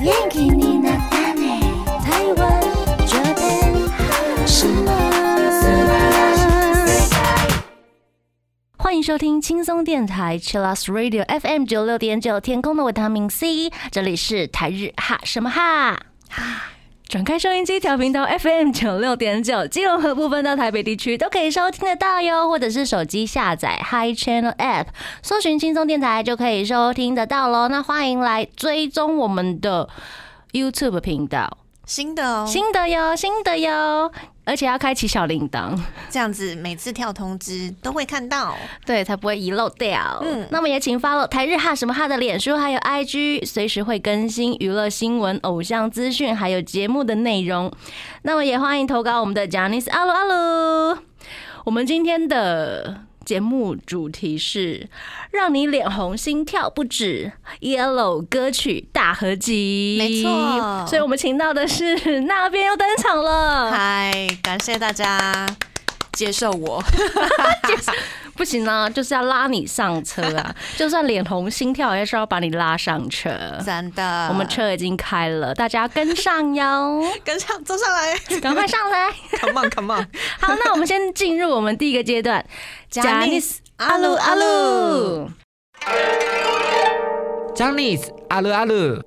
元気になったね台湾上天什么素晴らしい欢迎收听轻松电台 Chillus Radio FM 九六点九，天空的维他命 C，这里是台日哈什么哈。转开收音机，调频到 FM 九六点九，基隆和部分到台北地区都可以收听得到哟，或者是手机下载 Hi Channel App，搜寻轻松电台就可以收听得到喽。那欢迎来追踪我们的 YouTube 频道，新的哦，新的哟，新的哟，而且要开启小铃铛。这样子每次跳通知都会看到。对，才不会遗漏掉。嗯嗯，那么也请 follow 台日哈什么哈的脸书还有 IG，随时会更新娱乐新闻、偶像资讯，还有节目的内容。那么也欢迎投稿我们的 j a n i c e 阿鲁阿鲁。我们今天的节目主题是让你脸红心跳不止 Yellow 歌曲大合集，没错所以我们请到的是那边又登场了。嗨，感谢大家接受我。不行啊，就是要拉你上车 啊！就算脸红心跳，也是要把你拉上车。真的，嗯我们车已经开了，大家跟上哟，跟上，坐上 来赶快上来！ ，Come on，Come on，好，那我们先进入我们第一个阶段 Janice，阿鲁阿鲁。张力阿鲁阿鲁，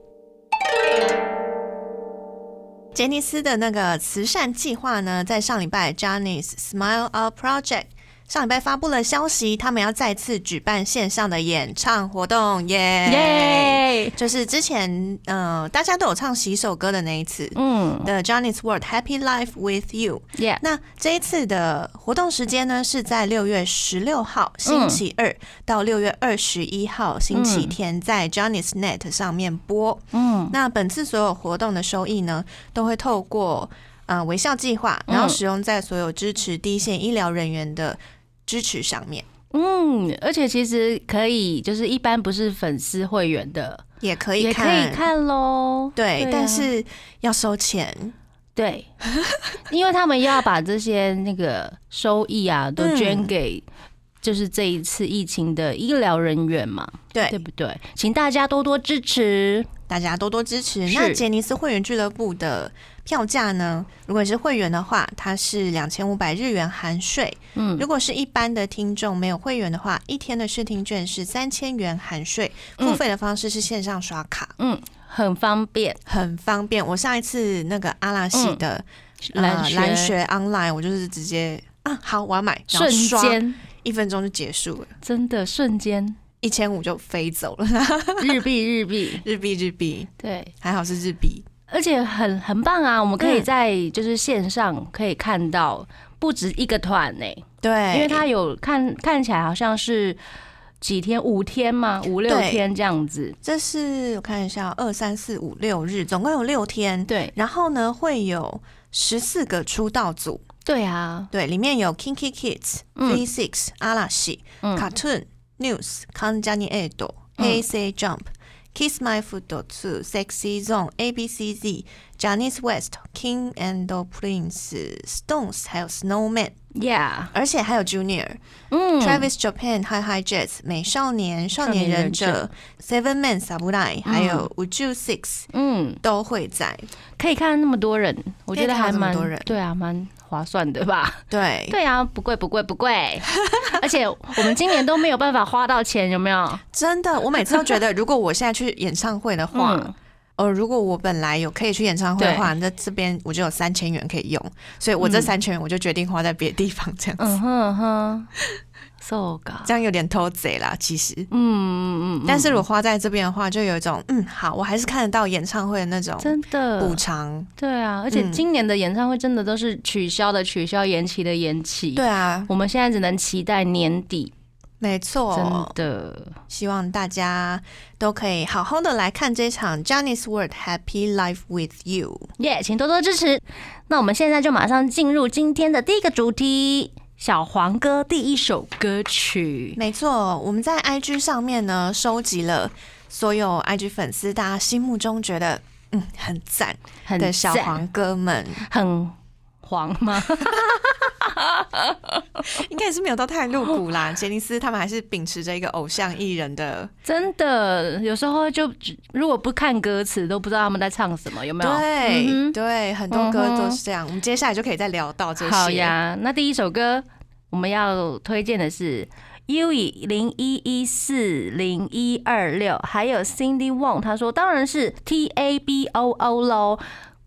杰尼斯的那个慈善计划呢，在上礼拜 Johnny's Smile Up Project 上礼拜发布了消息，他们要再次举办线上的演唱活动，耶、耶！就是之前呃大家都有唱洗手歌的那一次嗯，的 Johnny's World Happy Life with You，耶，那这一次的活动时间呢，是在六月十六号嗯星期二到六月二十一号星期天，在 Johnny's Net 上面播。嗯，那本次所有活动的收益呢，都会透过呃微笑计划，嗯然后使用在所有支持第一线医疗人员的支持上面，嗯，而且其实可以，就是一般不是粉丝会员的，也可以也可看。以看喽。对，啊但是要收钱，对，因为他们要把这些那个收益啊，都捐给就是这一次疫情的医疗人员嘛，对，对不对？请大家多多支持。大家多多支持。是那杰尼斯会员俱乐部的票价呢？如果是会员的话，它是两千五百日元含税。嗯如果是一般的听众没有会员的话，一天的试听券是三千元含税。付费的方式是线上刷卡，嗯，很方便，很方便。我上一次那个阿拉西的嗯蓝呃学蓝学 online，我就是直接啊，好，我要买，然后瞬刷间一分钟就结束了，真的瞬间一千五就飞走了。日币日币，日币日币，对，还好是日币。而且很很棒啊！我们可以嗯在就是线上可以看到不止一个团呢、对，因为他有看看起来好像是几天，五天嘛，五六对天这样子，这是我看一下，二三四五六日，总共有六天。对。然后呢，会有十四个出道组，对啊，对，里面有 Kinky Kids、嗯 V Six、阿拉西、嗯 Cartoon、News、康佳尼 A 朵、嗯 Hey Say Jump、Kiss My Foot Two、Sexy Zone、A B C Z、Janice West、King and the Prince、Stones，还有 Snowman， ，Yeah，而且还有 Junior。嗯 Travis Japan、Hi Hi Jazz、美少年、少年忍者、Seven Man、Samurai，还有 Would You Six 嗯，都会在。可以看那么多人，我觉得还可以看到蛮这么多人对啊，蛮划算的吧？对，对啊，不贵不贵不 贵，而且我们今年都没有办法花到钱，有没有？真的，我每次都觉得，如果我现在去演唱会的话，嗯呃，如果我本来有可以去演唱会的话，那这边我就有三千元可以用，所以我这嗯三千元我就决定花在别的地方，这样子，嗯哼嗯哼，so 嘎， 这样有点偷贼啦，其实。嗯嗯嗯，但是如果花在这边的话，就有一种嗯，好，我还是看得到演唱会的那种真补的偿。对啊，而且嗯今年的演唱会真的都是取消的取消，延期的延期，对，啊，我们现在只能期待年底，没错，真的，希望大家都可以好好的来看这场 Johnny's World Happy Life with You。耶请多多支持。那我们现在就马上进入今天的第一个主题——小黄歌第一首歌曲。没错，我们在 IG 上面呢收集了所有 IG 粉丝大家心目中觉得嗯很赞很的小赞黄歌们，很黄吗？应该也是没有到太露骨啦。 杰尼斯他们还是秉持着一个偶像艺人的， 真的，有时候就如果不看歌词，都不知道他们在唱什么，有没有？对、嗯哼嗯对，很多歌都是这样。我们接下来就可以再聊到这些。好呀，那第一首歌我们要推荐的是 U E 零一一四零一二六，还有 Cindy Wong，他说当然是 T A B O O 喽。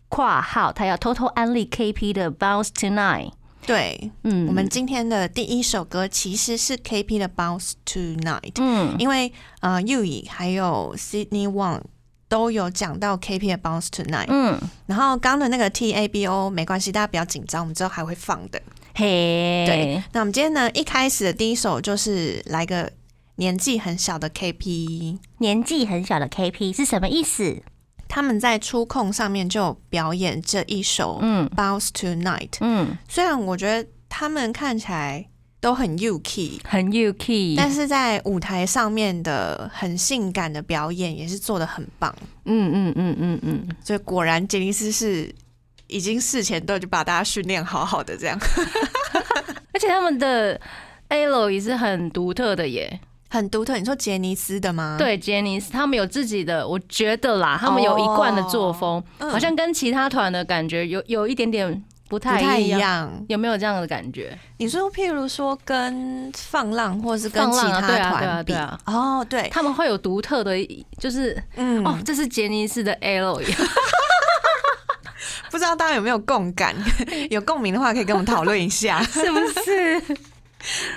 括号，他要偷偷安利 KP 的 Bounce Tonight。对，嗯我们今天的第一首歌其实是 KP 的《Bounce Tonight》，嗯因为呃，右乙还有 Sydney Wang 都有讲到 KP 的《Bounce Tonight》，嗯，然后刚刚的那个 T A B O 没关系，大家不要紧张，我们之后还会放的。嘿，对，那我们今天呢，一开始的第一首就是来个年纪很小的 KP，年纪很小的 KP 是什么意思？他们在初控上面就有表演这一首嗯《Bounce Tonight》，嗯，虽然我觉得他们看起来都很 UK。很 UK，但是在舞台上面的很性感的表演也是做的很棒，嗯嗯嗯嗯嗯，所以果然杰尼斯是已经事前都就把大家训练好好的这样，而且他们的 A L 也是很独特的耶。很独特。你说杰尼斯的吗？，对杰尼斯，他们有自己的，我觉得啦，他们有一贯的作风，嗯好像跟其他团的感觉有有一点点不不太太一一样。样。有没有这样的感觉？你说，譬如说跟放浪，或是跟放其浪啊他对啊团比，对啊哦，对，他们会有独特的，就是、嗯，哦，这是杰尼斯的 L， 不知道大家有没有共感？ 有共鸣的话，可以跟我们讨论一下。 是不是？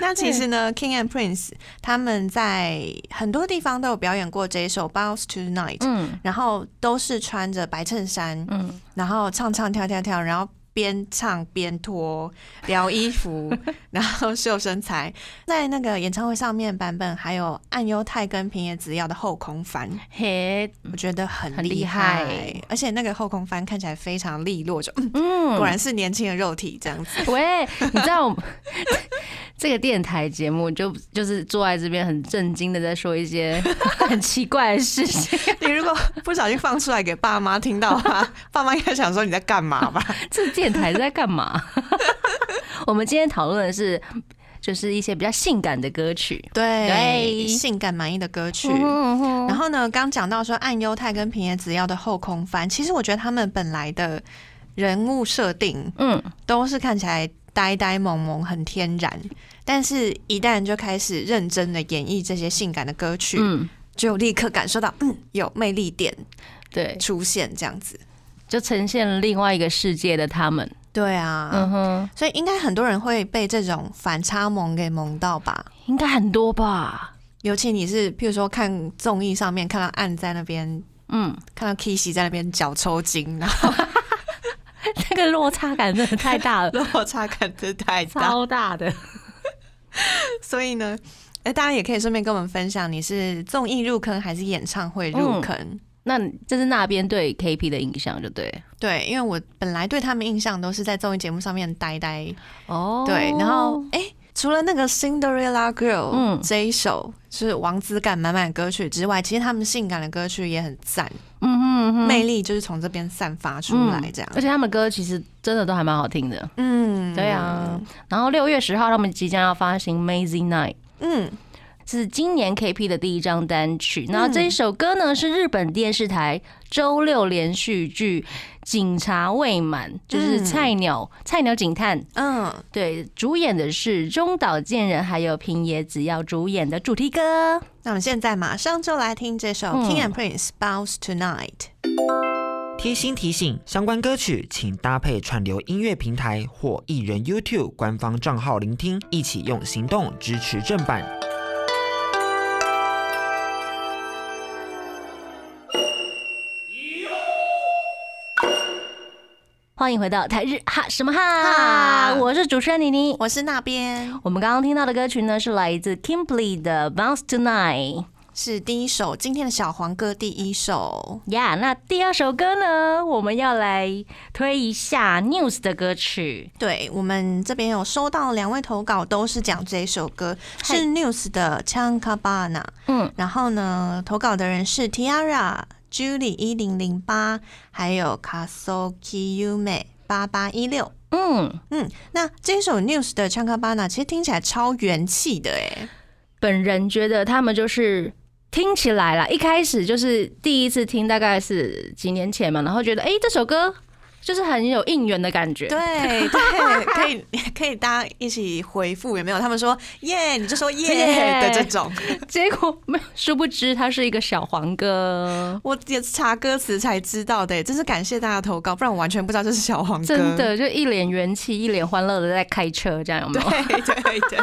那其实呢，King and Prince 他们在很多地方都有表演过这一首《Bounce Tonight》， 嗯然后都是穿着白衬衫，嗯，然后唱唱跳跳跳，然后边唱边脱撩 衣服，然后秀身材。在那个演唱会上面版本，还有岸优太跟平野紫耀的后空翻，嘿，我觉得很嗯很厉厉害，害而且那个后空翻看起来非常利落，就、嗯、嗯，果然是年轻的肉体这样子。喂，你知道我们 这个电台节目就就是坐在这边很震惊的在说一些 很奇怪的事情，你如果不小心放出来给爸妈听到的 话，爸妈应该想说你在干嘛吧？这电台在干嘛？ 我们今天讨论的是就是一些比较性感的歌曲，对，对性感满意的歌曲。嗯哼然后呢，刚讲到说岸优太跟平野紫耀的后空翻，其实我觉得他们本来的人物设定嗯，都是看起来呆呆萌萌、很天然，但是一旦就开始认真的演绎这些性感的歌曲，嗯，就立刻感受到嗯有魅力点对，出现这样子。就呈现了另外一个世界的他们，对啊，嗯哼，所以应该很多人会被这种反差萌给萌到吧？应该很多 吧？尤其你是譬如说看综艺上面看到岸在那边，嗯，看到 Kissy 在那边脚抽筋，然后那个落差感真的太大了，落差感真的太大， 超大的。所以呢，哎，大家也可以顺便跟我们分享，你是综艺入坑还是演唱会入坑？那你这是那边对 KP 的印象，就对了对，因为我本来对他们印象都是在综艺节目上面呆呆，哦对，然后哎、除了那个《Cinderella Girl》嗯这一首就是王子感满满的歌曲之外，其实他们性感的歌曲也很赞，嗯哼嗯哼魅力就是从这边散发出来，这样而。且他们歌其实真的都还蛮好听的。嗯，对啊，然后六月十号他们即将要发行《Mazy Night》。嗯，是今年 KP 的第一张单曲，然后这一首歌呢是日本电视台周六连续剧《警察未满》，就是菜鸟、菜鸟警探嗯对主演的是中岛健人还有平野紫耀主演的主题歌。那我们现在马上就来听这首《嗯 King and Prince Bounce Tonight》。贴心提醒：相关歌曲请搭配串流音乐平台或艺人 YouTube 官方账号聆听，一起用行动支持正版。欢迎回到台日哈什么哈哈，我是主持人妮妮。我是那边我们刚刚听到的歌曲呢是来自 Kimberly 的《Bounce Tonight》。是第一首今天的小黄歌第一首，呀那第二首歌呢，我们要来推一下 News 的歌曲。对我们这边有收到两位投稿，都是讲这一首歌，是嗨 News 的《c h a n k a b a n a 嗯，然后呢，投稿的人是 Tiara、Julie 一零零八，还有 Kasoki Yume。八八一六。嗯，嗯，那这首 News 的 Changabana 其实听起来超元气的哎，本人觉得他们就是听起来啦，一开始就是第一次听，大概是几年前嘛，然后觉得哎、诶这首歌就是很有应援的感觉。 对对，可以可以大家一起回复有没有？他们说耶，你就 说耶耶 的这种，结果没有，殊不知它是一个小黄歌，我也是查歌词才知道的耶，欸真是感谢大家投稿，不然我完全不知道这是小黄歌。真，的就一脸元气、一脸欢乐的在开车，这样有没有？ 对对 对。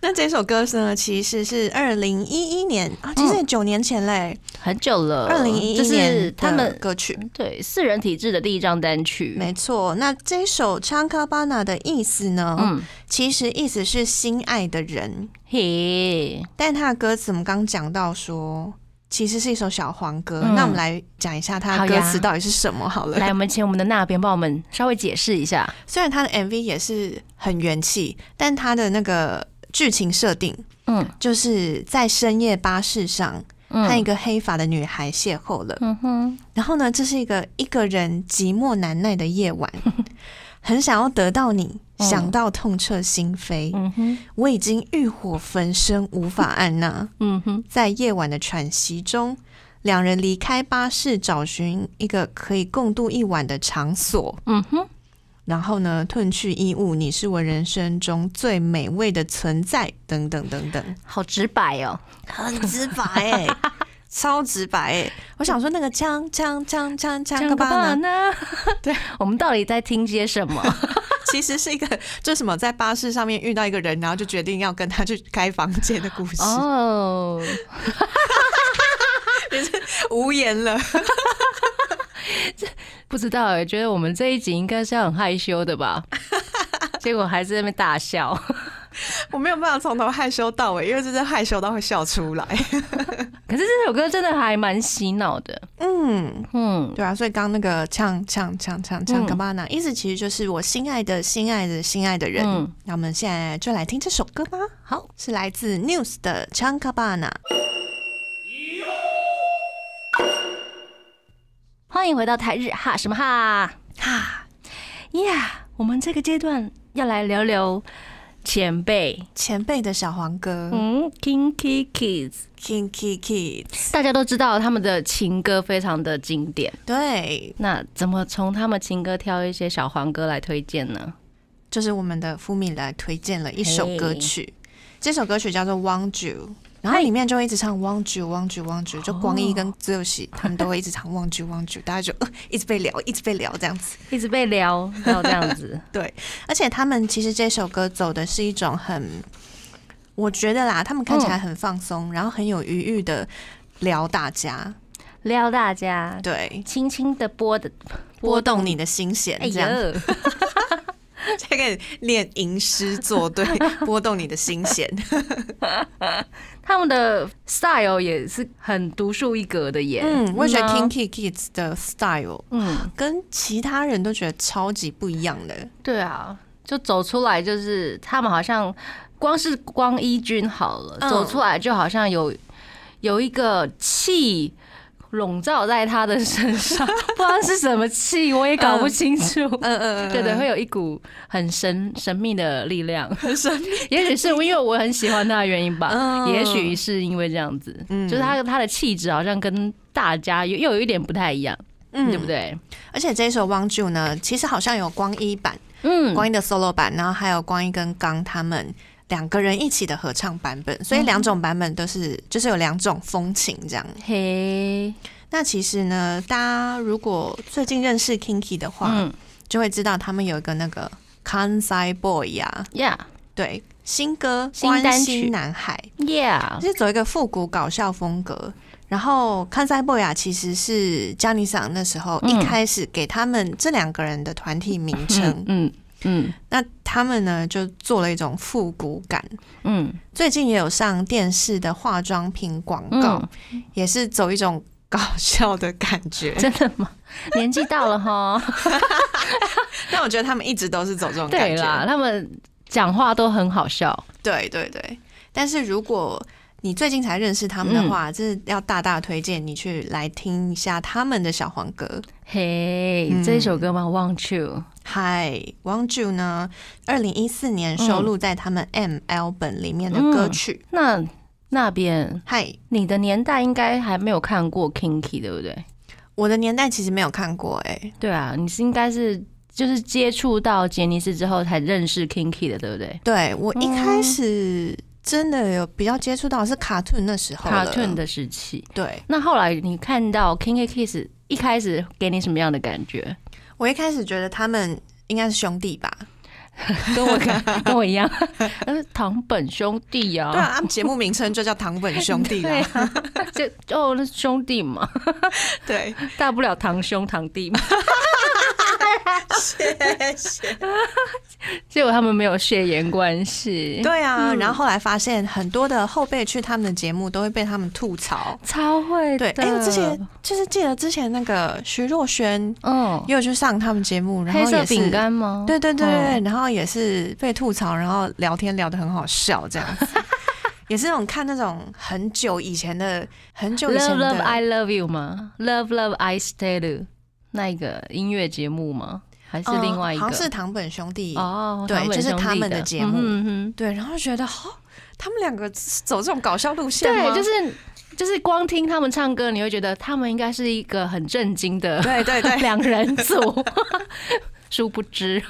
那这首歌呢，其实是二零一一年啊，其实也九年前嘞，很久了，二零一一这嗯呃是年他的们歌曲。对四人体制的第一张单曲。没错，那这首《Chankabana》的意思呢？嗯，其实意思是心爱的人，嘿，但它的歌词我们刚刚讲到说，其实是一首小黄歌。嗯那我们来讲一下它好的歌呀词到底是什么好了。来，我们请我们的那边帮我们稍微解释一下。虽然它的 MV 也是很元气，但它的那个剧情设定嗯就是在深夜巴士上和一嗯个黑发的女孩邂逅了。嗯哼，然后呢，这是一个一个人寂寞难耐的夜 晚，很想要得到你，嗯想到痛彻心扉。嗯哼，我已经欲火焚身，无法按捺。嗯哼，在夜晚的喘息中，两人离开巴士，找寻一个可以共度一晚的场所。嗯哼，然后呢，褪去衣物，你是我人生中最美味的存在，等等等等，好直白哦。很直白哎、 超直白哎、我想说那个枪枪枪枪枪个个啊巴 呢，呢？对，我们到底在听些什 么？ 其实是一个就什么在巴士上面遇到一个人，然后就决定要跟他去开房间的故事，哦，无言了。不知道哎，觉得我们这一集应该是要很害羞的 吧？结果还是在那边大 笑。我没有办法从头害羞到尾，因为真的害羞到会笑出来。可是这首歌真的还蛮洗脑的。嗯。嗯，对啊，所以刚那个唱唱唱唱唱嗯 g a b a n a 意思其实就是我心爱的心爱的心爱的人。嗯那我们现在就来听这首歌吧。好，是来自 News 的 c h a n g a b a n a 欢迎回到台日哈什么哈哈，呀我们这个阶段要来聊聊前辈，前辈的小黄歌、嗯，Kinky Kids， Kinky Kids。大家都知道他们的情歌非常的经典。对，那怎么从他们情歌挑一些小黄歌来推荐呢？就是我们的 Fumi 来推荐了一首歌曲，这首歌曲叫做《Want You》。然后里面就会一直唱 “want you want you want you”，就光哦一跟自由喜他们都会一直唱 “want you want you”，大家就、 呃、一直被聊，一直被聊这样子。一直被撩到这样 子，对，而且他们其实这首歌走的是一种很，我觉得啦，他们看嗯起来很放松，然后很有余裕的聊大家，撩大家，对，轻轻的拨的波动你，的心弦，哎这样、呀，这个练吟诗 作对，波动你的心弦。他们的 style 也是很独树一格的耶。嗯， 我也觉得啊 Kinky Kids 的 style 嗯，跟其他人都觉得超级不一样的。对啊，就走出来就是他们好像光是光一军好了，嗯走出来就好像有有一个气。笼罩在他的身 上，不知道是什么气，我也搞不清楚。嗯嗯对对，会有一股很神神秘的力 量，很神秘。也许是因为我很喜欢他的原因吧，嗯也许是因为这样子，嗯就是他他的气质好像跟大家又又有一点不太一样，嗯对不？对？而且这首《Want You》呢，其实好像有光一版。嗯，光一的 solo 版，然后还有光一跟刚他们两个人一起的合唱版本，嗯所以两种版本都是就是有两种风情这样。嘿，那其实呢，大家如果最近认识 Kinky 的话，嗯就会知道他们有一个那个 Kansai Boy 呀、呀对，新歌《新单曲关心男孩》，呀，是走一个复古搞笑风格。然后 Kansai Boy 啊，其实是 j a n i s a n 那时候一嗯开始给他们这两个人的团体名称，嗯嗯那他们呢就做了一种复古感。嗯最近也有上电视的化妆品广告，嗯，也是走一种搞笑的感 觉。真的吗？年纪到了 哈，但我觉得他们一直都是走这种对感啦，觉。他们讲话都很好笑，对对对。但是如果你最近才认识他们的嗯话，这要大大推荐你去来听一下他们的小黄歌。嘿、嗯这首歌吗？Want You，嗨，王主呢？二零一四年收嗯录在他们 M L 本里面的歌曲。那那边嗨、你的年代应该还没有看过 Kinky，对不对？我的年代其实没有看过哎、对啊，你是应该是就是接触到杰尼斯之后才认识 Kinky 的，对不对对我一哦开始真的有比较接触到是 Cartoon 那时候了？Cartoon 的时期。对那后来你看到 Kinky Kiss 一开始给你什么样的感觉？我一开始觉得他们应该是兄弟吧。跟我 感跟我一样，呃堂本兄弟啊，对啊，他们节目名称就叫唐本兄弟对啦。啊， 就哦，那兄弟嘛，对，大不了堂兄堂弟嘛。谢谢。结果他们没有血缘关系，，对嗯啊，然后后来发现很多的后辈去他们的节目都会被他们吐槽。超会对，的。哎、我之前就是记得之前那个徐若瑄嗯，也有去上他们节目，然后黑也色是饼，干吗？对对对对，嗯然后也是被吐槽，然后聊天聊得很好笑，这 样子，也是那种看那种很久以前的，很久以，Love 前的 Love I Love You 吗？Love Love I Stay You 那个音乐节目吗？还是嗯另外一个？好像是堂本兄弟哦，对堂本就是兄弟他们的节目嗯哼哼对，然后觉得哦，他们两个走这种搞笑路线吗对，就是。就是光听他们唱歌，你会觉得他们应该是一个很震惊的 对对对 两人组， 殊不知，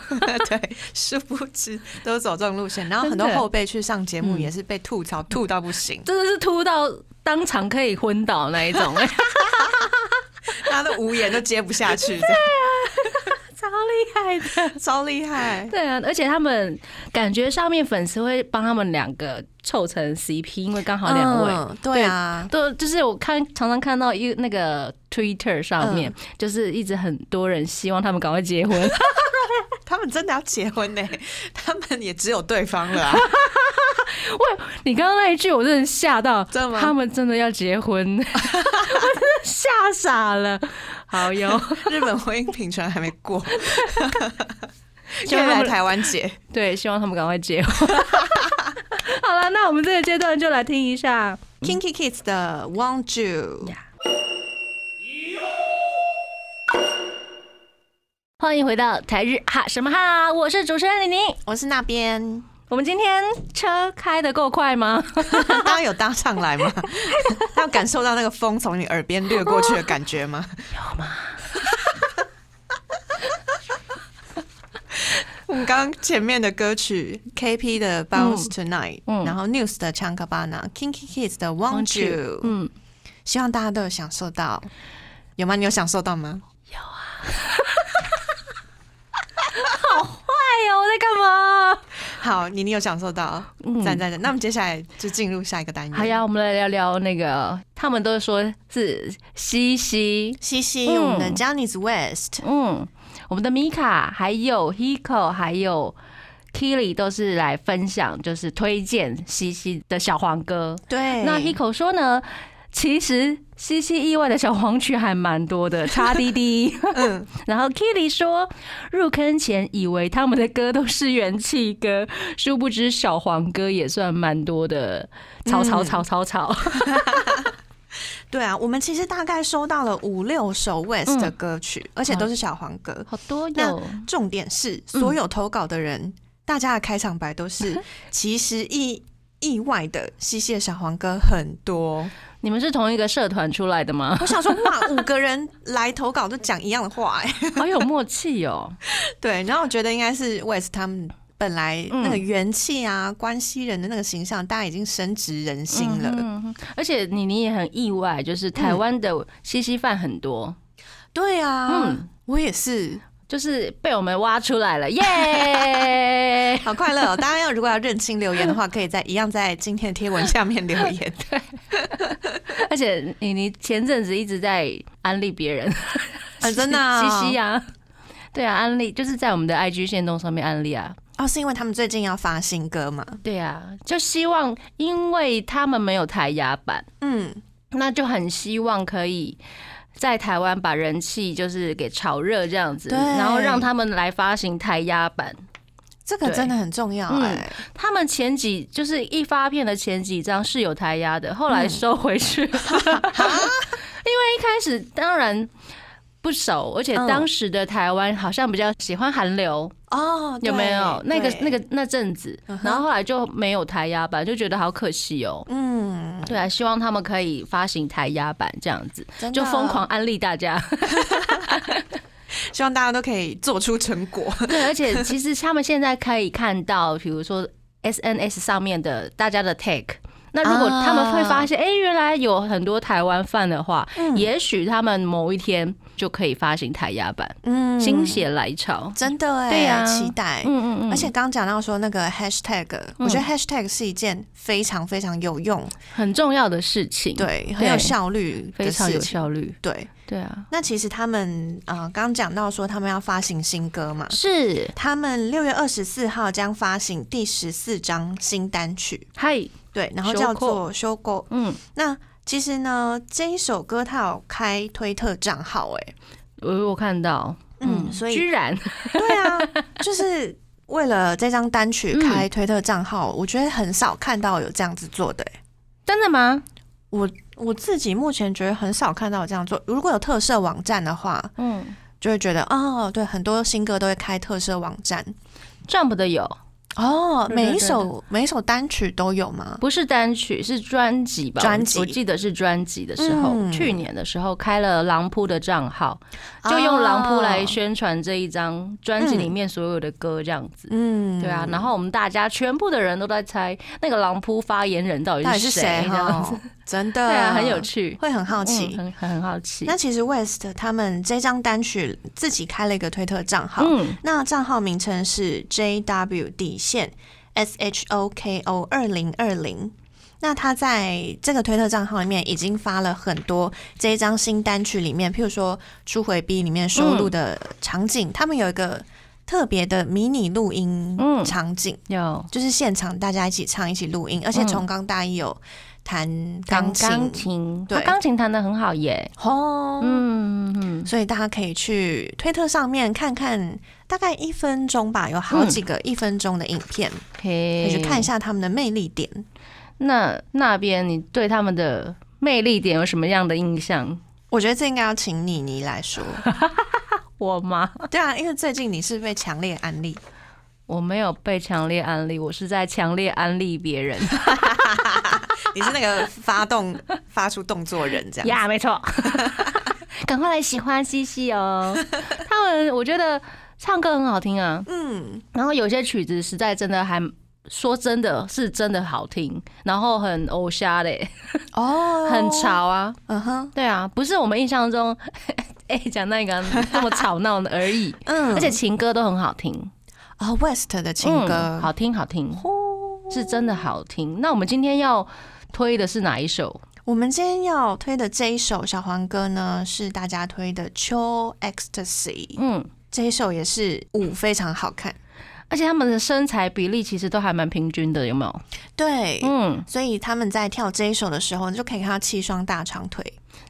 对，殊不知都是走这种路线，然后真很多的后辈去上节目嗯也是被吐槽吐到不行，真的是秃到当场可以昏倒那一 种、哎大家都无言都接不下去，这样 超厉害的。超啊厉害。对啊，而且他们感觉上面粉丝会帮他们两个凑成 CP，因为刚好两位。嗯对啊，都就是我看常常看到一那个 Twitter 上嗯面，就是一直很多人希望他们赶快结婚， 他们真的要结婚呢、 他们也只有对方了、 啊。你刚刚那一句，我真的吓到，真的吗他们真的要结 婚，我真的吓傻了。好 哟，日本婚姻平权还没 过，希要望他来们台湾结。对，希望他们赶快结婚。 好了，那我们这个阶段就来听一下。 Kinky Kids 的 Want You，欢迎回到台日哈什么哈，我是主持人李宁。我是那边，我们今天车开得够快吗？大家有搭上来吗？ 大家有感受到那个风从你耳边掠过去的感觉吗？ 有吗？我们刚刚前面的歌曲 KP 的 Bounce Tonight，、嗯然后 News 的 c h a n g a b a n a Kinky Kids 的 Want Want You，嗯，希望大家都有享受到，有吗？你有享受到吗？哎呦，我在干嘛？好，妮妮有享受到，嗯赞赞赞。那我们接下来就进入下一个单元。好呀，我们来聊聊那个，他们都说是西西，西西，嗯我们的 j a n i c e West，嗯，我们的米卡还有 Hiko 还有 Kili 都是来分享，就是推荐西西的小黄歌。对，那 Hiko 说呢，其实西西意外的小黄曲还蛮多 的，叉滴滴。嗯，然后 Kili 说，入坑前以为他们的歌都是元气歌，殊不知小黄歌也算蛮多的。草草草草草，对啊，我们其实大概收到了五六首 West 的歌曲，而且都是小黄歌。好多那有。重点是，所有投稿的人，大家的开场白都 是其实意意外的西西的小黄歌很多。你们是同一个社团出来的 吗？我想说，哇，五个人来投稿都讲一样的话、哎。好有默契哦。对，然后我觉得应该是 West 他们本来嗯那个元气啊、关西人的那个形象，大家已经深植人心了。嗯哼，而且妮妮也很意外，就是台湾的西西饭很多，对啊，嗯我也是，就是被我们挖出来了， 耶！好快乐、哦。大家要如果要认清留言的话，可以在一样在今天的贴文下面留 言。而且妮妮前阵子一直在安利别人，啊真的啊西西啊，对啊，安利就是在我们的 IG 线动上面安利啊，哦，是因为他们最近要发新歌嘛？对啊，就希望因为他们没有台压版，嗯，那就很希望可以在台湾把人气就是给炒热这样子，对然后让他们来发行台压版。这个对真的很重要嗯哎、他们前几就是一发片的前几张是有台压的，后嗯来收回去， 因为一开始当然。不熟，而且嗯当时的台湾好像比较喜欢韩流，哦，有没有？那对个对那个那阵子，然后后来就没有台压版，就觉得好可惜哦。嗯，对啊，希望他们可以发行台压版这样子，真的哦就疯狂，安利大家。希望大家都可以做出成 果。对，而且其实他们现在可以看到，比如说 SNS 上面的大家的 take。那如果啊嗯他们会发现，哎、原来有很多台湾饭的话，也许他们某一天就可以发行台压版，嗯心血来潮。真的哎、对呀期待。嗯嗯嗯，而且刚讲到说那个 hashtag，、我觉得 hashtag 是一件非常非常有用，很重要的事情，，对，很有效率嗯的非事情，常有效率。对，对啊，那其实他们啊，呃刚、讲到说他们要发行新歌嘛，是，他们六月二十四号将发行第十四张新单曲，嗨，对，然后修叫过做《修狗》。嗯，那其实呢，这一首歌它有开推特账号、哎，我我看到，嗯，所以居然， 对啊，就是为了这张单曲嗯开推特账号，我觉得很少看到有这样子做的、欸真的吗？我我自己目前觉得很少看到有这样做。如果有特色网站的话，嗯就会觉得哦，对，很多新歌都会开特色网站。 ，Jump 的有，哦，对对每一首每一首单曲都有吗？不是单曲，是专辑吧？专辑我记得是专辑的时候，嗯啊去年的时候开了狼扑的账号，就用狼扑哦来宣传这一张专辑里面所有的歌，这样子。嗯对啊，然后我们大家全部的人都在猜那个狼扑发言人到到底底是谁谁，这样哈子。？真的，对啊，很有，趣，会很好奇。嗯很很很好奇那。其实 West 他们这张单曲自己开了一个推特账号，嗯，那账号名称是 JW 底线 S H O K O 二零二零。那他在这个推特账号里面已经发了很多这一张新单曲里面，譬如说《初回 B》里面收录的场景，他们有一个特别的迷你录音嗯场景，有就是现场大家一起唱、一起录音，而且嗯从刚大一有弹钢钢琴，钢琴，他对钢琴弹的很好耶。哦，嗯嗯所以大家可以去推特上面看看，大概一分钟吧，有好几个一分钟的影片，嗯可，OK，以去看一下他们的魅力点。那那边你对他们的魅力点有什么样的印象？我觉得这应该要请妮妮来说， 我吗？对啊，因为最近你是被强烈安利，我没有被强烈安利，我是在强烈安利别人。你是那个发动发出动作人 这样呀没错， 赶快来喜欢西西 哦。他们我觉得唱歌很好听啊，嗯，然后有些曲子实在真的还说真的是真的好听，然后很欧沙嘞，哦很，潮啊。嗯哼，对啊，不是我们印象中 哎讲那个那么吵闹的而已， 嗯，而且情歌都很好听。哦，West 的情歌嗯，，好听好听，是真的好听。那我们今天要推的是哪一首？我们今天要推的这一首小黄歌呢，是大家推的《秋 Ecstasy》，嗯，这一首也是舞非常好看，而且他们的身材比例其实都还蛮平均的，有没有？对，嗯，所以他们在跳这一首的时候，你就可以看到七双大长腿，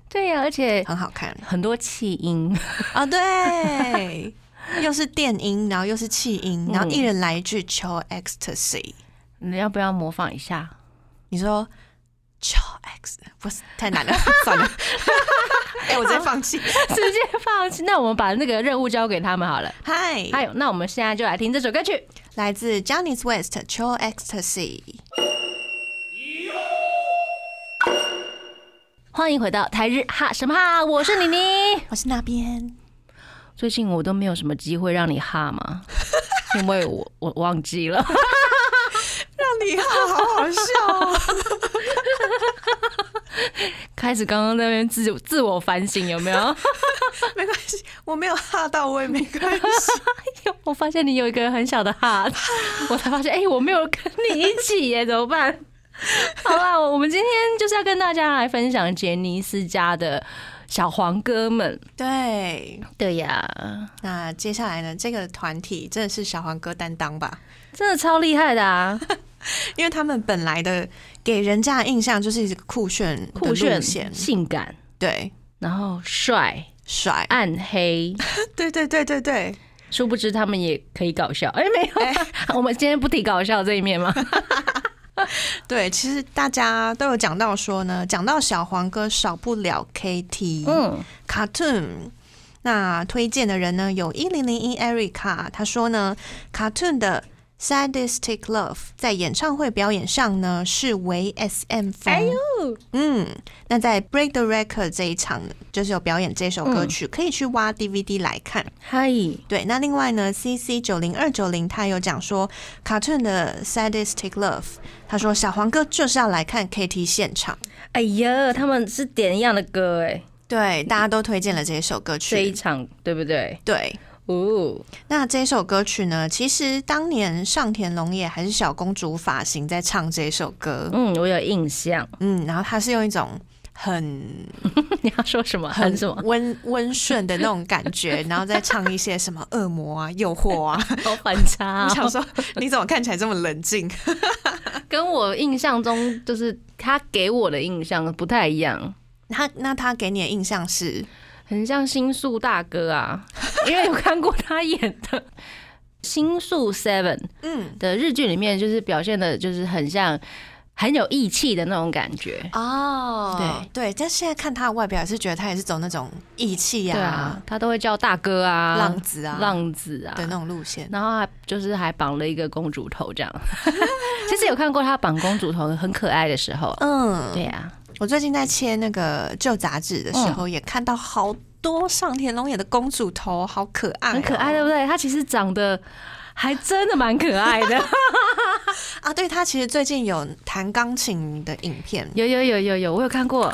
对呀、而且很好看很多气音， 啊、对，又是电音，然后又是气音，然后一人来一句求 ecstasy，、 你要不要模仿一 下？你说求 x 不是太难 了，算了，哎、我直接放弃。直接放弃？那我们把那个任务交给他们好了。嗨，还有，那我们现在就来听这首歌曲。来自 Johnny's West 求 ecstasy，欢迎回到台日哈什么哈，我是妮妮。我是那边， 最近我都没有什么机会让你哈 嘛，因为我我忘记 了。让你好好笑、哦开始刚刚在那边自自我反省有没有？没关系，我没有哈到位，没关系。 我发现你有一个很小的哈， 我才发现，哎、我没有跟你一起耶，怎么 办？好啦，我们今天就是要跟大家来分享杰尼斯家的小黄哥们。 对，对呀，那接下来呢？这个团体真的是小黄歌担当吧？真的超厉害的 啊！因为他们本来的给人家的印象就是一个酷炫的酷路炫、线性感，对，然后帅、帅，暗黑， 对对对对对，殊不知他们也可以搞笑。哎、没有， 我们今天不提搞笑这一面吗？对，其实大家都有讲到说呢，讲到小黄歌少不了 KT，嗯， Cartoon。那推荐的人呢，有一零零一 Erica，她说呢，Cartoon 的 Sadistic Love 在演唱会表演上呢是为 SM 风，哎呦嗯，那在 Break the Record 这一场就是有表演这首歌嗯曲，可以去挖 DVD 来看。嗨，对，那另外呢，C C 九零二九零他有讲说，Cartoon 的 Sadistic Love，他说小黄哥就是要来看 K T 现场，哎呀，他们是点一样的歌哎，对，大家都推荐了这首歌这一曲，场对不对？对。哦，那这首歌曲呢，其实当年上田龙也还是小公主发型在唱这首歌，嗯，我有印象。嗯，然后她是用一种很 你要说什么？很什么？温温顺的那种感 觉，然后再唱一些什么恶魔啊、诱惑啊。好反差我哦、想说，你怎么看起来这么 冷静？跟我印象中就是他给我的印象不太一样，他那他给你的印象是，很像星宿大哥 啊，因为有看过他演的《星宿 Seven》嗯的日剧里面，就是表现的就是很像很有义气的那种感觉。哦，对对，但现在看他的外表，也是觉得他也是走那种义气对呀、啊，他都会叫大哥啊、浪子啊浪子啊的那种路线。然后还就是还绑了一个公主头这样。 其实有看过他绑公主头，很可爱的时候。嗯，对啊，我最近在切那个旧杂志的时候，嗯也看到好多上田龙也的公主头，好可爱哦、很可爱，对不对？他其实长得还真的蛮可爱 的。啊！对他其实最近有弹钢琴的影片，有有有有有，我有看过。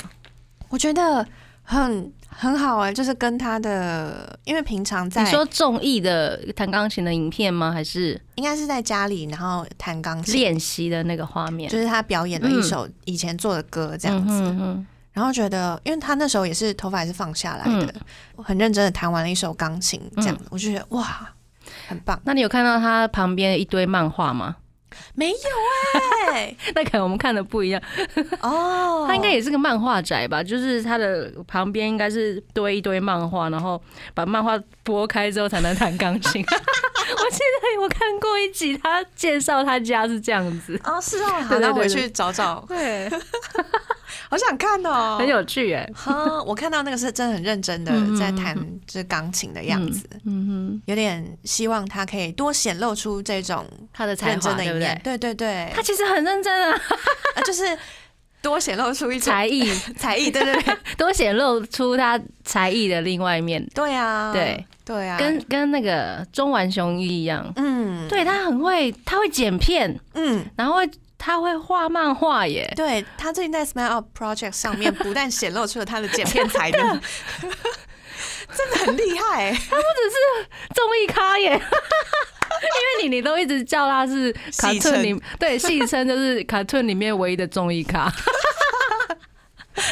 我觉得很很好哎、就是跟他的，因为平常在你说综艺的呃弹钢琴的影片吗？还是应该是在家里，然后弹钢琴，练习的那个画面？就是他表演了一首以前做的歌这样子。嗯哼然后觉得，因为他那时候也是头发也是放下来的，嗯我很认真的弹完了一首钢琴，这样、我就觉得哇，很棒。那你有看到他旁边一堆漫画吗？ 没有哎、那可能我们看的不一样。哦，他应该也是个漫画宅吧？就是他的旁边应该是堆一堆漫画，然后把漫画拨开之后才能弹钢 琴。 我记得我看过一集，他介绍他家是这样子，哦是哦，好，对对那我对对去找找，对，好想看哦，很有趣哎。哈，我看到那个是真的很认真的嗯嗯嗯在弹就是钢琴的样子，嗯哼，有点希望他可以多显露出这种他的才认华真的一对不面对，？对对对， 他其实很认真啊，啊就是多显露出一种才艺才艺，对对对， 都显露出他才艺的另外一面，对啊，对对啊，跟跟那个中丸雄一一样，嗯对他很会，他会剪片，嗯。然后会他会画漫画耶。对他最近在 Smile Up Project 上面，不但显露出了他的剪片 才能， 真的很厉害、综艺咖耶，因 为你你都一直叫他是卡戏顿称里对戏称就是卡顿里面唯一的综艺咖，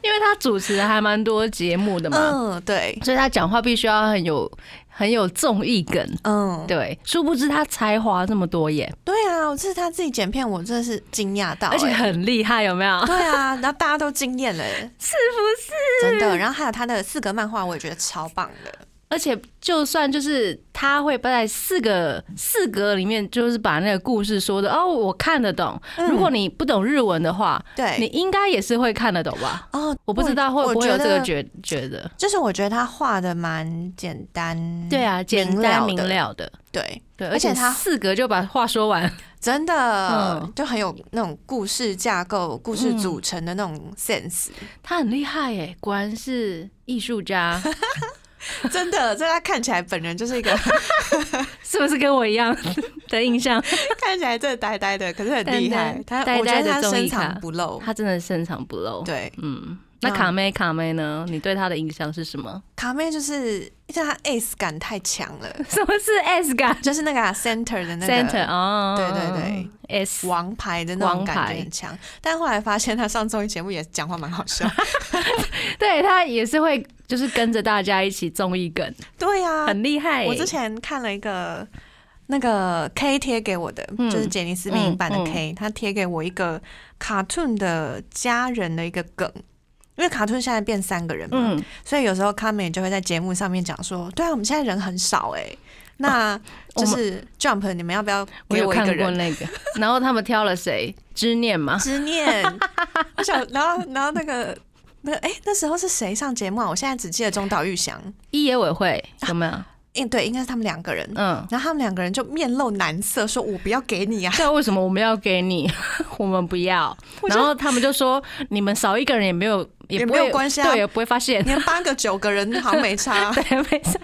因为他主持还蛮多节目的嘛，嗯，对，所以他讲话必须要很有很有综艺梗。嗯，对，殊不知他才华这么多耶，对啊，我这是他自己剪片，我真的是惊讶到、而且哎很厉害，有没有？ 对啊，然后大家都惊艳了、哎是不是？真的。然后还有他的四格漫画，我也觉得超棒的。 而且就算就是他会在四个四格里面，就是把那个故事说的哦，我看得懂。嗯如果你不懂日文的话，你对，应该也是会看得懂吧？哦，我不知道会不会有这我个觉得，觉觉得，就是我觉得他画的蛮简单，对啊，简单明的，了的，对，对，而且他他四格就把话说 完，真的、嗯就很有那种故事架构、故事组成的那种 sense。他很厉害耶，果然是艺术 家，真的，这他看起来本人就是一个 是不是跟我一样的印象？看起来真的呆呆的，可是很厉害。呆呆他呆我觉呆得的他综艺深咖藏不露。他真的深藏不露，，对，嗯。那那卡妹卡妹呢？你对她的印象是什么？卡妹就是因为他 ace 感太强了， 什么是 S 感就是那个啊 center 的那 center 个哦，对对对，S 王牌的那种感王牌觉很强。但后来发现他上综艺节目也讲话蛮 好笑。对他也是会就是跟着大家一起综艺 梗，对呀、很厉害耶。我之前看了一个。那个 K 贴给我的，嗯就是杰尼斯民营版的 K，、他贴给我一个 cartoon 的家人的一个梗，因为卡顿现在变三个人嘛，嗯，所以有时候卡美就会在节目上面讲说，对啊，我们现在人很少哎、那就哦我是 Jump，你们要不要我给有我一看个过人？那 个，然后他们挑了谁？知念 吗？执念， 我想，然后然后那个那个哎、那时候是谁上节目啊？我现在只记得中岛裕翔，一野委会有没有？应对应该是他们两个人，嗯，然后他们两个人就面露难色，说我不要给你 啊，这为什么我们要给你？ 我们不要。我就然后他们就说，你们少一个人也没有，也不没有会关系啊对，也不会发现。，连八个九个人好像没 差对， 没事，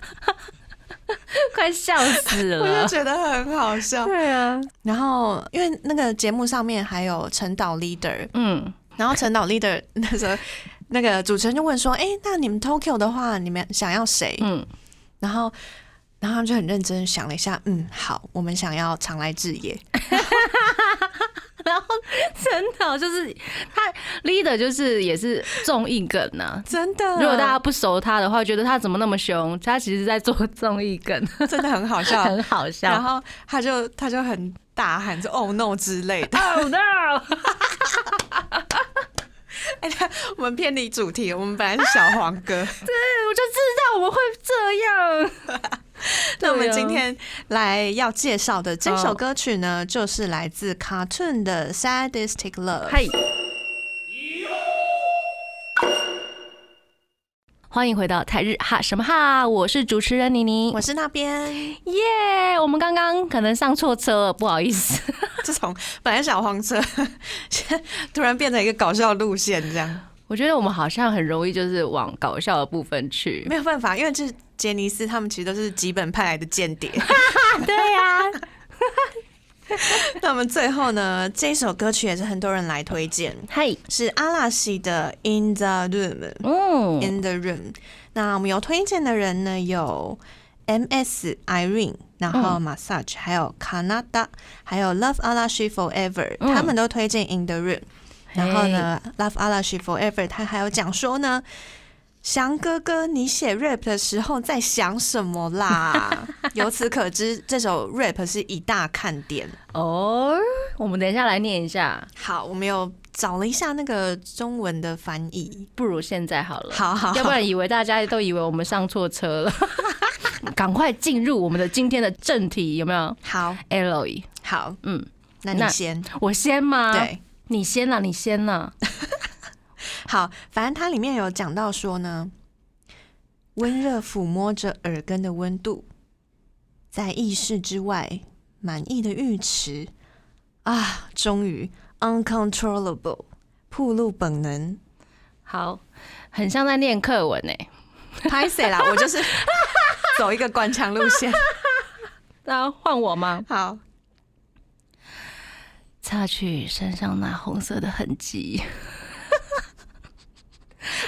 快笑死 我就了。觉得很好笑。对啊，然后因为那个节目上面还有陈导 leader，嗯，然后陈导 leader 那时候那个主持人就问说：“哎、那你们 Tokyo 的话，你们想要谁？”嗯，然后然后他们就很认真地想了一下，嗯，好，我们想要长来置业，然后 陈导就是他 leader 就是也是综艺梗呐、真的。如果大家不熟他的话，觉得他怎么那么凶？他其实在做综艺梗，家真的很好 笑，很好然笑。后他就他就很大喊说 “Oh no” 之类 的。 Oh no！哎，他我们偏离主题，我们本来是小黄 哥，我就知道我们会这样。那我们对啊哦今天来要介绍的这首歌曲呢，就是来自 Cartoon 的《Sadistic Love》。嗨，欢迎回到台日哈什么哈，我是主持人妮妮我。是那边，耶我们刚刚可能上错车了，不好意思。自从 本来小黄车， 现在突然变成一个搞笑路线，这样我觉得我们好像很容易就是往搞笑的部分去。没有办法，因为这是杰尼斯他们其实都是吉本派来的 间谍。啊对呀、 那我们最后呢，这首歌曲也是很多人来推荐，嗨，是阿拉西的《In the Room》。嗯， In the Room。那我们有推荐的人呢，有 MS Irene，然后嗯 Massage，、还有 Canada，还有 Love Alashi Forever，、嗯他们都推荐 In the Room。然后呢，Love Alashi Forever，他还有讲说呢。翔哥哥，你写 rap 的时候在想什么 啦？由此可知，这首 rap 是一大看点。哦，我们等一下来念一下，好，我们有找了一下那个中文的翻译。不如现在好了，好好好，要不然以为大家都以为我们上错车了。 赶快进入我们的今天的正题，有没有好？Eloy，好，嗯，那啊你那先。我先吗？对，，你先啦，你先啦。好，反正它里面有讲到说呢，温热抚摸着耳根的温度，在意识之外，满意的阈值啊，终于 uncontrollable，暴露本能，好，很像在念课文欸诶、拍谁啦？我就是 走一个官腔路 线。那换我吗？好，擦去身上那红色的痕迹。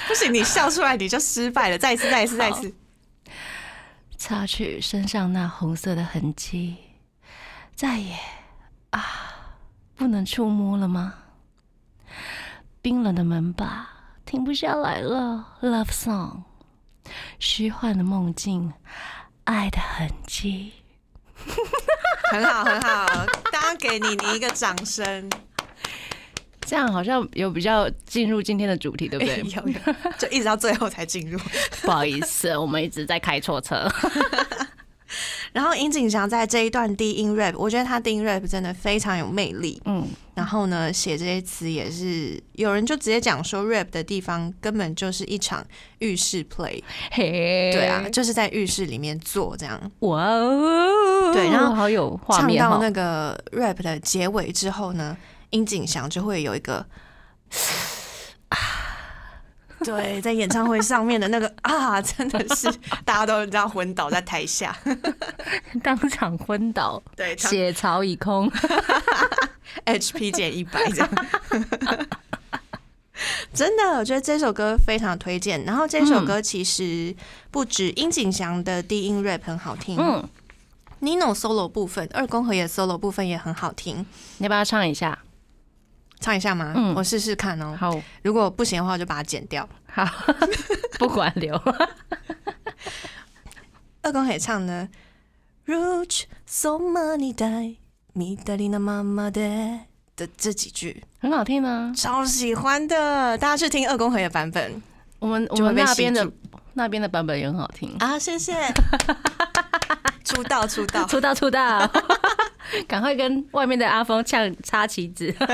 不行，你笑出来你就失败了，再一次，再一次，再一次。擦去身上那红色的痕迹，再也啊啊不能触摸了吗？冰冷的门把停不下来了，Love Song，虚幻的梦境，爱的痕迹。很好，很好，大家给你你一个掌声。？这样好像有比较进入今天的主题，对不对哎有有， 就一直到最后才进入。不好意思，我们一直在开错车。然后殷景祥在这一段低音 rap，我觉得他低音 rap 真的非常有魅力。 嗯，然后呢，写这些词也是有人就直接讲说 rap 的地方根本就是一场浴室 play，嘿，对啊，，就是在浴室里面做这样。哇哦，对然后好有画唱面到哈那，个 rap 的结尾之后呢，殷景祥就会有一个啊。对，在演唱会上面的那个啊，真的是 大家都知道昏倒在台下， 当场昏倒，对唱血槽已空。 HP 减一百这样。 真的，我觉得这首歌非常推荐。然后这首嗯歌其实不止殷景祥的低音 rap 很好听、嗯， n i n o solo 部分、二宫和也 solo 部分也很好听。你要不要唱一下？唱一下吗？嗯我试试看哦。好如果不行的话，我就把它剪掉。 好，不管留。二宫和也唱呢，Rouge so many die，みたりなままで。这这几句，很好听啊呢、超喜欢的。大家去听二宫和也版本我们我就会们被那吸边的住那边的版本也很好听。啊！谢谢，出道 出道，出道出道， 赶快跟外面的阿峰呛插旗子。那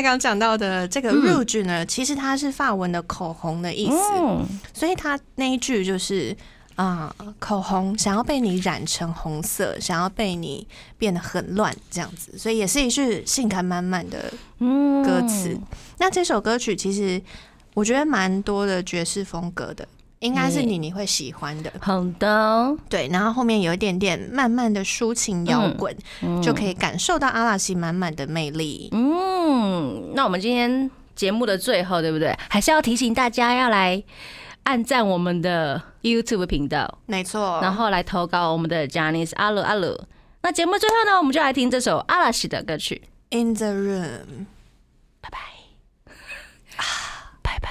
刚刚讲到的这个嗯 rouge 呢，其实它是法文的口红的意思，嗯，所以它那一句就是啊、口红想要被你染成红色，想要被你变得很乱这样子，所以也是一句性感满满的嗯歌词。那这首歌曲其实我觉得蛮多的爵士风格的，应该是你你会喜欢的，好的，对。然后后面有一点点慢慢的抒情摇滚，嗯就可以感受到阿拉西满满的魅力。嗯，那我们今天节目的最后，对不对？还是要提醒大家要来按赞我们的 YouTube 频道，没错，然后来投稿我们的 j a n i c e 阿鲁阿鲁。那节目最后呢，我们就来听这首阿拉西的歌曲。 In the room，拜拜，拜拜。